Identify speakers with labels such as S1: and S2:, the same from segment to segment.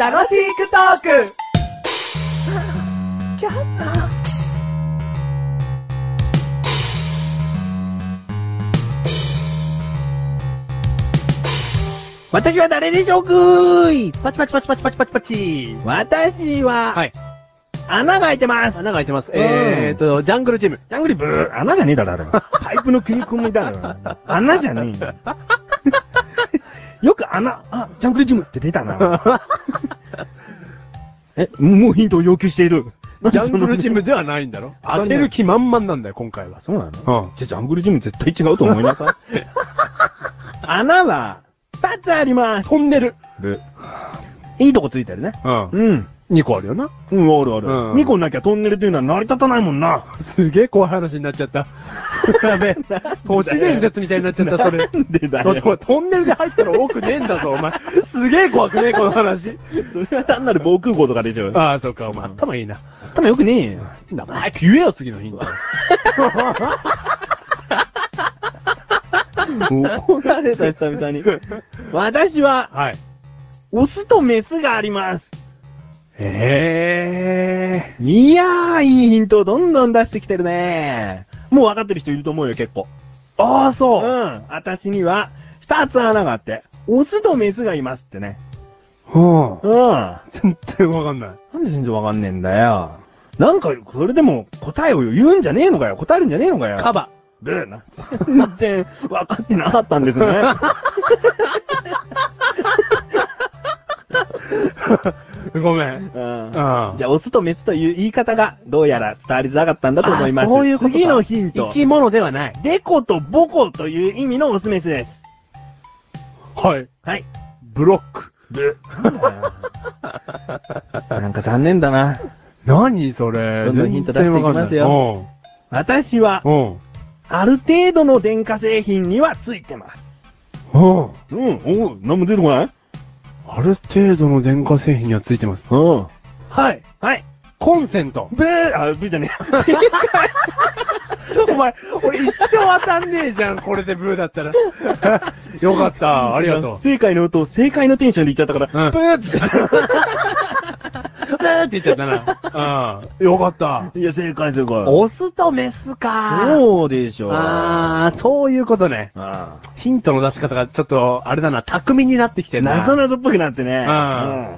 S1: 楽しくトーク
S2: 私は誰でしょうくーい
S1: パチパチパチパチパチパチパチ
S2: 私は、
S1: はい
S2: 穴が開いてます
S1: 穴が開いてます。
S2: うん
S1: えーと、ジャングルジム。
S2: ジャングリブー、穴じゃねえだろ、あれ。パイプの組み込みだ ろ。穴じゃねえよ。よく穴、あ、ジャングリジムって出たな。え、もうヒントを要求している。
S1: ジャングルジムではない んだろ
S2: あ
S1: 当てる気満々なんだよ、今回は。
S2: そうなのじゃ
S1: うん。
S2: あジャングルジム絶対違うと思いな さい。穴は、二つあります。
S1: トンネル。
S2: いいとこついてるね。
S1: うん。
S2: うん。
S1: 2個あるよな。
S2: うん、あるある。
S1: うん
S2: 2個なきゃトンネルというのは成り立たないもんな。
S1: すげえ怖い話になっちゃった。 やべえ。都市伝説みたいになっちゃった、それ。
S2: なんでだ
S1: だってお前
S2: よ。
S1: トンネルで入ったら多くねえんだぞ、お前。すげえ怖くねえ、この話。
S2: それは単なる防空壕とかでしょ。
S1: ああ、そうか、お前。頭いいな。
S2: 頭よくねえ よ。
S1: 早く言えよ、次のヒ ント。
S2: 怒られた、久々に。 私は、
S1: はい。
S2: オスとメスがあります。
S1: へえ。
S2: いやー、いいヒントをどんどん出してきてるね。もう分かってる人いると思うよ、結構。
S1: ああ、
S2: う
S1: そう。
S2: ん。私には、二つ穴があって、オスとメスがいますってね。
S1: うん。
S2: うん。な
S1: 全然わかんない。
S2: んで全然分かんねえんだよ。なんか、それでも答えを言うんじゃねえのかよ。答えるんじゃねえのかよ。
S1: カバ。
S2: ブーな。全然分かってなかったんですね。
S1: ごめん。
S2: うん
S1: う。ん。
S2: じゃあ、オスとメスという言い方が、どうやら伝わりづらかったんだと思います。
S1: あそういうことか
S2: 次のヒン
S1: 生
S2: ト。
S1: き物ではない。
S2: デコとボコという意味のオスメスです。
S1: はい。
S2: はい。
S1: ブロック。
S2: ブ。 なんか残念だな。
S1: 何それ。
S2: どんどんヒント出していきますよ
S1: 全然わ
S2: 私は
S1: か、んない。
S2: ある程度の電化製品にはついてます。
S1: うん。うん。うん。
S2: うん、おう、何も出てこない
S1: ある程度の電化製品にはついてます。
S2: うん。
S1: はい。
S2: はい。
S1: コンセント。
S2: ブー、あ、ブーじゃね
S1: お前、俺一生当たんねえじゃん、これでブーだったら。 よかった、あ
S2: え。
S1: りがと
S2: 正解の音を正解のテンションで言っちゃったから、
S1: うん
S2: ブーって言っ
S1: う。ブーって言っちゃったな。うん。よかった。
S2: た。いや、正解正解。
S1: オスとメスか。
S2: そうでしょう。
S1: あー、そういうことね。
S2: あ
S1: ヒントの出し方がちょっと、あれだな、巧みになってきて
S2: あ
S1: るな。
S2: 謎謎っぽくなってね。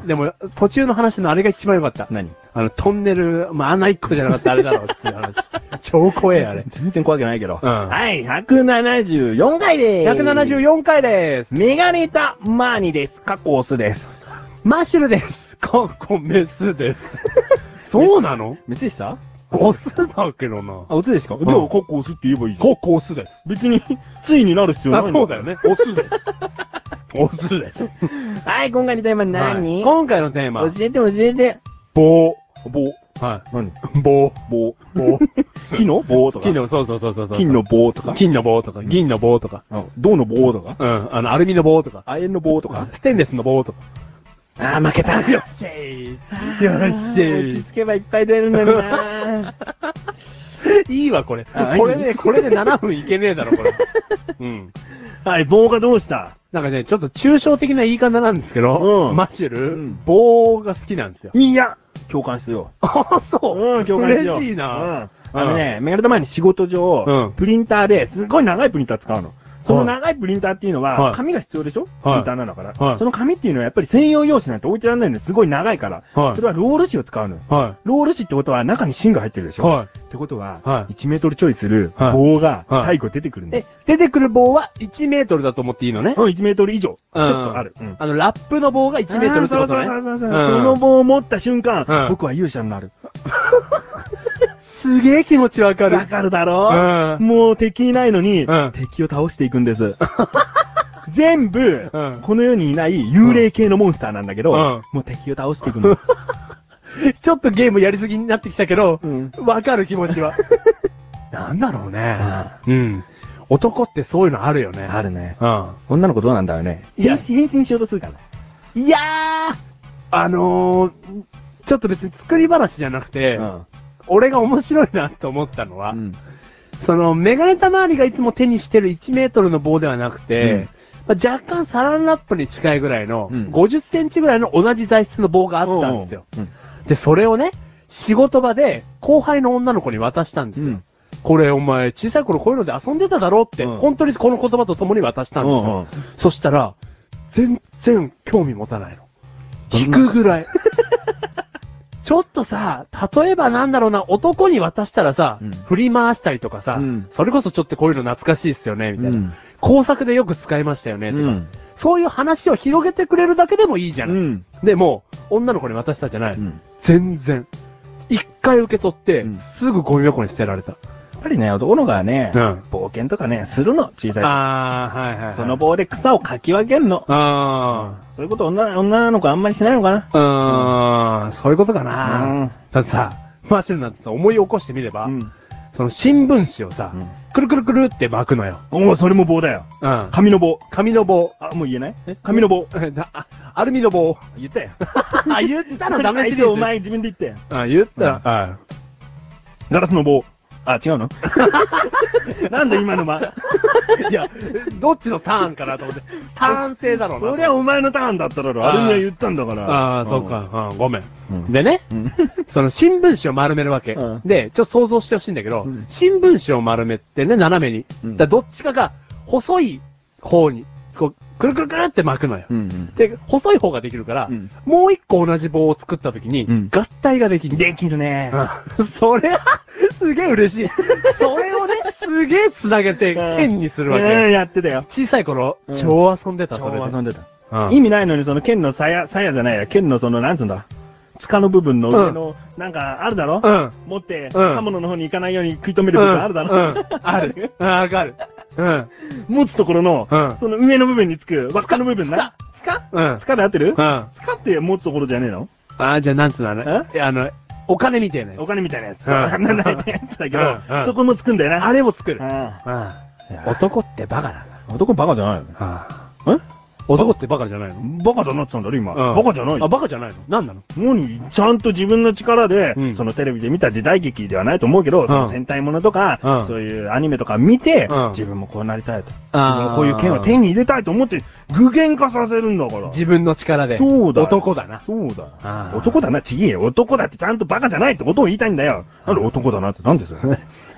S1: うん。でも、途中の話のあれが一番良かった。
S2: 何
S1: あの、トンネル、まあ、穴一個じゃなかったあれだろうってい う話。超怖え、あれ。
S2: 全然怖くないけど。
S1: うん
S2: はい、174回でーす。
S1: 174回です。
S2: メガネタマーニです。過去オスです。
S1: マッシュルです。コンコンメスです。 そうなの
S2: メスでした
S1: オスだけどな。
S2: あ、オスですかじゃあ、
S1: うん
S2: 過去オスって言えばいいじゃん。
S1: ココオスです。
S2: 別に、ついになる必要ない
S1: あ、
S2: の
S1: そうだよ。ね。オスです。オスです。
S2: はい、今回のテーマ 何、
S1: はい今回のテーマ、
S2: 教えて教えて。
S1: 棒。
S2: 棒。
S1: は
S2: 何
S1: い。棒。
S2: 棒。
S1: 棒。
S2: 木の棒とか。
S1: 金。の、そうそうそうそうそう。
S2: 金の棒とか。
S1: 金の棒とか、銀の棒とか、
S2: うん銅の棒とか。
S1: うん、あの、アルミの棒とか、
S2: 亜鉛の棒とか。
S1: ステンレスの棒とか。
S2: あー、負けた。
S1: よっしゃいよっし
S2: あー
S1: ゃ
S2: 落ち着けばいっぱい出るのにな
S1: いいいわ、これ。
S2: あ
S1: これね、これで7分いけねえだろ、これ。うん。
S2: はい、棒がどうした
S1: なんかね、ちょっと抽象的な言い方なんですけど、
S2: うん
S1: マッシュル、
S2: うん
S1: 棒が好きなんですよ。
S2: いや、共感してよ。
S1: あ、そう。
S2: うん、共感してよ。
S1: 嬉しいな。。
S2: うん。あのね、メガネた前に仕事上、
S1: うん
S2: プリンターですごい長いプリンター使うの。その長いプリンターっていうのは、
S1: はい
S2: 紙が必要でしょ、プ
S1: はい
S2: リンターなのから、
S1: はい
S2: その紙っていうのはやっぱり専用用紙なんて置いてらんないのすごい長いから、
S1: はい
S2: それはロール紙を使うのよ。
S1: は
S2: ロール紙ってことは中に芯が入ってるでし
S1: い。
S2: ょ、
S1: は
S2: ってことは、
S1: はい
S2: 1メートルちょいする
S1: はい
S2: 棒が
S1: はい
S2: 最後出てくるん
S1: い。
S2: だよ
S1: え、出てくる棒は1メートルだと思っていいのね。
S2: うん、1メートル以上。ち
S1: う
S2: ょ
S1: ん
S2: っとある。うん
S1: あの、ラップの棒が1メートルってことね。
S2: あーそうそうそうそうそう、
S1: うん
S2: その棒を持った瞬間、
S1: うん
S2: 僕は勇者になる。
S1: すげえ気持ちわかる
S2: わ。かるだろ
S1: う ん
S2: もう敵いないのに、
S1: うん
S2: 敵を倒していくん です。全部、
S1: うん
S2: この世にいない幽霊系のモンスターなんだけど、
S1: うん
S2: もう敵を倒していくの。
S1: ちょっとゲームやりすぎになってきたけど、
S2: うん
S1: わかる気持ちは。 なんだろうね
S2: あ。
S1: うん。男ってそういうのあるよね。
S2: あるね。
S1: うん。
S2: 女の子どうなんだろうね。
S1: いや
S2: 変身変身しようとするから。
S1: いやー、あのー、ちょっと別に作り話じゃなくて、俺が面白いなと思ったのは、
S2: うん。
S1: そのメガネた周りがいつも手にしてる1メートルの棒ではなくて、まあ若干サランラップに近いぐらいの、
S2: うん
S1: 50センチぐらいの同じ材質の棒があったんですよ。
S2: うん。
S1: で、それをね、仕事場で後輩の女の子に渡したんですよ。
S2: うん
S1: これお前小さい頃こういうので遊んでただろうって、
S2: うん
S1: 本当にこの言葉と共に渡したんですよ。
S2: うんうん
S1: そしたら、全然興味持たないの。
S2: どんな
S1: 引く ぐらい。ちょっとさ、例えばなんだろうな、男に渡したらさ、
S2: うん
S1: 振り回したりとかさ、
S2: うん
S1: それこそちょっとこういうの懐かしいっすよね、みたいな。
S2: うん
S1: 工作でよく使いましたよね、とか、
S2: うん
S1: そういう話を広げてくれるだけでもいいじゃない。
S2: うん
S1: でも、女の子に渡したじゃない。
S2: うん
S1: 全然。一回受け取って、
S2: うん
S1: すぐゴミ箱に捨てられた。
S2: やっぱりね、男の子はね、
S1: うん
S2: 冒険とかね、するの、小さい頃
S1: あー、はいはい、はい。
S2: その棒で草をかき分けんの。
S1: あ
S2: そういうこと女女の子あんまりしないのか
S1: ー。うーん、そういうことか
S2: な
S1: な。だってさ、マシュルなんてさ、思い起こしてみれば、
S2: うん。
S1: その新聞紙をさ、
S2: うん
S1: くるくるくるって巻くのよ。
S2: おお、それも棒だよ。
S1: うん。
S2: 紙の棒。
S1: 紙の棒。
S2: あ、もう言えないえ紙の棒。
S1: だあアルミの棒。
S2: 言ったよ。
S1: あ、 言ったのダメシリ
S2: あいつお
S1: ーズ。
S2: 前自分で言ったよ。
S1: あ、言ったら、あ
S2: ガラスの棒。あ、違うの なんで今の間。
S1: いや、どっちのターンかなと思って。ターン制だろうな。
S2: そりゃお前のターンだっただろ。ア
S1: あー
S2: ルミは言ったんだから。
S1: ああ、
S2: ん
S1: そう。か、うん、ごめん。
S2: うん
S1: でね、
S2: うん。
S1: その新聞紙を丸めるわけ。
S2: うん
S1: で、ちょっと想像してほしいんだけど、
S2: うん
S1: 新聞紙を丸めてね、斜めに。
S2: うん
S1: だからどっちかが細い方に、こう、くるくるくるって巻くのよ。
S2: うん。
S1: で、細い方ができるから、
S2: うん
S1: もう一個同じ棒を作った時に、
S2: うん
S1: 合体ができる。
S2: できるね。
S1: うん それは、すげえ嬉しい。そ れをね、すげえ繋げて、
S2: うん
S1: 剣にするわけ。
S2: うん、やってたよ。
S1: 小さい頃、
S2: うん
S1: 超遊んでた、それ
S2: 超
S1: で。
S2: 遊んでた。
S1: うん
S2: 意味ないのに、その剣の鞘、鞘じゃないや、剣のその、なんつうんだ、塚の部分の上の、なんかあるだろ、
S1: うん。
S2: 持って、
S1: うん
S2: 刃物の方に行かないように食い止める部分あるだろ、
S1: うんうん。ある。うんわかる。うん。
S2: 持つところの、
S1: うん
S2: その上の部分につく、輪っかの部分な。つか
S1: うん
S2: つ。かで合ってる
S1: うん。あ
S2: つかって持つところじゃねえの
S1: ーじゃあ、なんつうのあれ
S2: え
S1: いやあの、お金みたいなや
S2: お
S1: つ。
S2: 金みたいなやつ。
S1: うん
S2: わかんないやつだけど、
S1: うんうん
S2: そこもつくんだよな。
S1: あれも作る。
S2: あ
S1: うん
S2: あいや
S1: 男ってバカだ
S2: 男バカじゃないの
S1: な。
S2: え
S1: 男ってバカじゃないの
S2: バカだなってたんだろ、今。
S1: うん
S2: バカじゃない
S1: あ、
S2: の
S1: バカじゃないの何なの
S2: 何ちゃんと自分の力で、
S1: うん
S2: そのテレビで見た時代劇ではないと思うけど、その戦隊ものとか、
S1: うん
S2: そういうアニメとか見て、
S1: うん
S2: 自分もこうなりたいと。
S1: あー
S2: 自分もこういう剣を手に入れたいと思って、具現化させるんだから。
S1: 自分の力で。
S2: そうだよ
S1: 男だな。
S2: そうだよ
S1: あ。ー
S2: 男だな、ちげえよ。男だってちゃんとバカじゃないってことを言いたいんだよ。なんで男だなってなんですよ。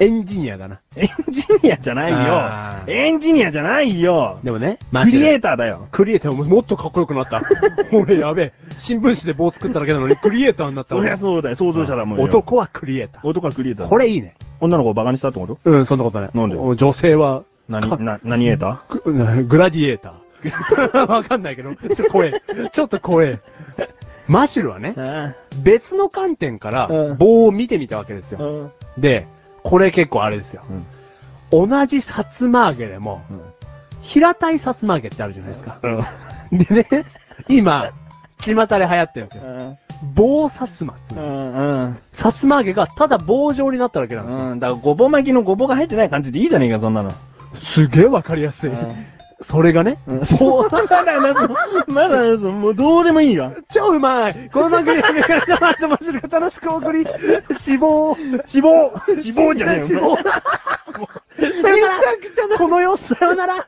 S1: エンジニアだな。
S2: エンジニアじゃな
S1: あ
S2: いよ。
S1: ー
S2: エンジニアじゃないよ。
S1: でもね、
S2: クリエ
S1: イ
S2: イターだよ。
S1: クリエイターももっとかっこよくな った。俺やべえ。新聞紙で棒作っただけなのにクリエイターになった
S2: そり
S1: 俺
S2: ゃそうだよ。想像者だもんよ。。
S1: 男はクリエイター。
S2: 男はクリエイターだ。
S1: これいいね。
S2: 女の子をバカにしたってこと
S1: うん、そんなことない。
S2: なんで
S1: 女性は、か
S2: 何、な、何エーター
S1: く グラディエーター。 わかんないけど、ちょっと怖え。ちょっと怖え。マシュルはね、別の観点から
S2: うん
S1: 棒を見てみたわけですよ。
S2: うん
S1: で、これ結構あれですよ。
S2: うん
S1: 同じさつま揚げでも、
S2: うん
S1: 平たいさつま揚げってあるじゃないですか。
S2: うん
S1: でね、今、巷で流行ってるんですよ。棒さつまつ
S2: う
S1: ま。
S2: ん
S1: さつま揚げがただ棒状になっただけなんですよ。
S2: うん。だから、ごぼう巻きのごぼうが入ってない感じでいいじゃねえか、そんなの。
S1: すげえわかりやすい。それがね、棒、
S2: まだな、まだな、もうどうでもいいわ。
S1: 超うまいこの番組はめからなってましるが楽しくお送り、 死亡、
S2: 脂肪脂肪じゃねえ
S1: 死
S2: よ。
S1: 亡。さよならこの世、さよなら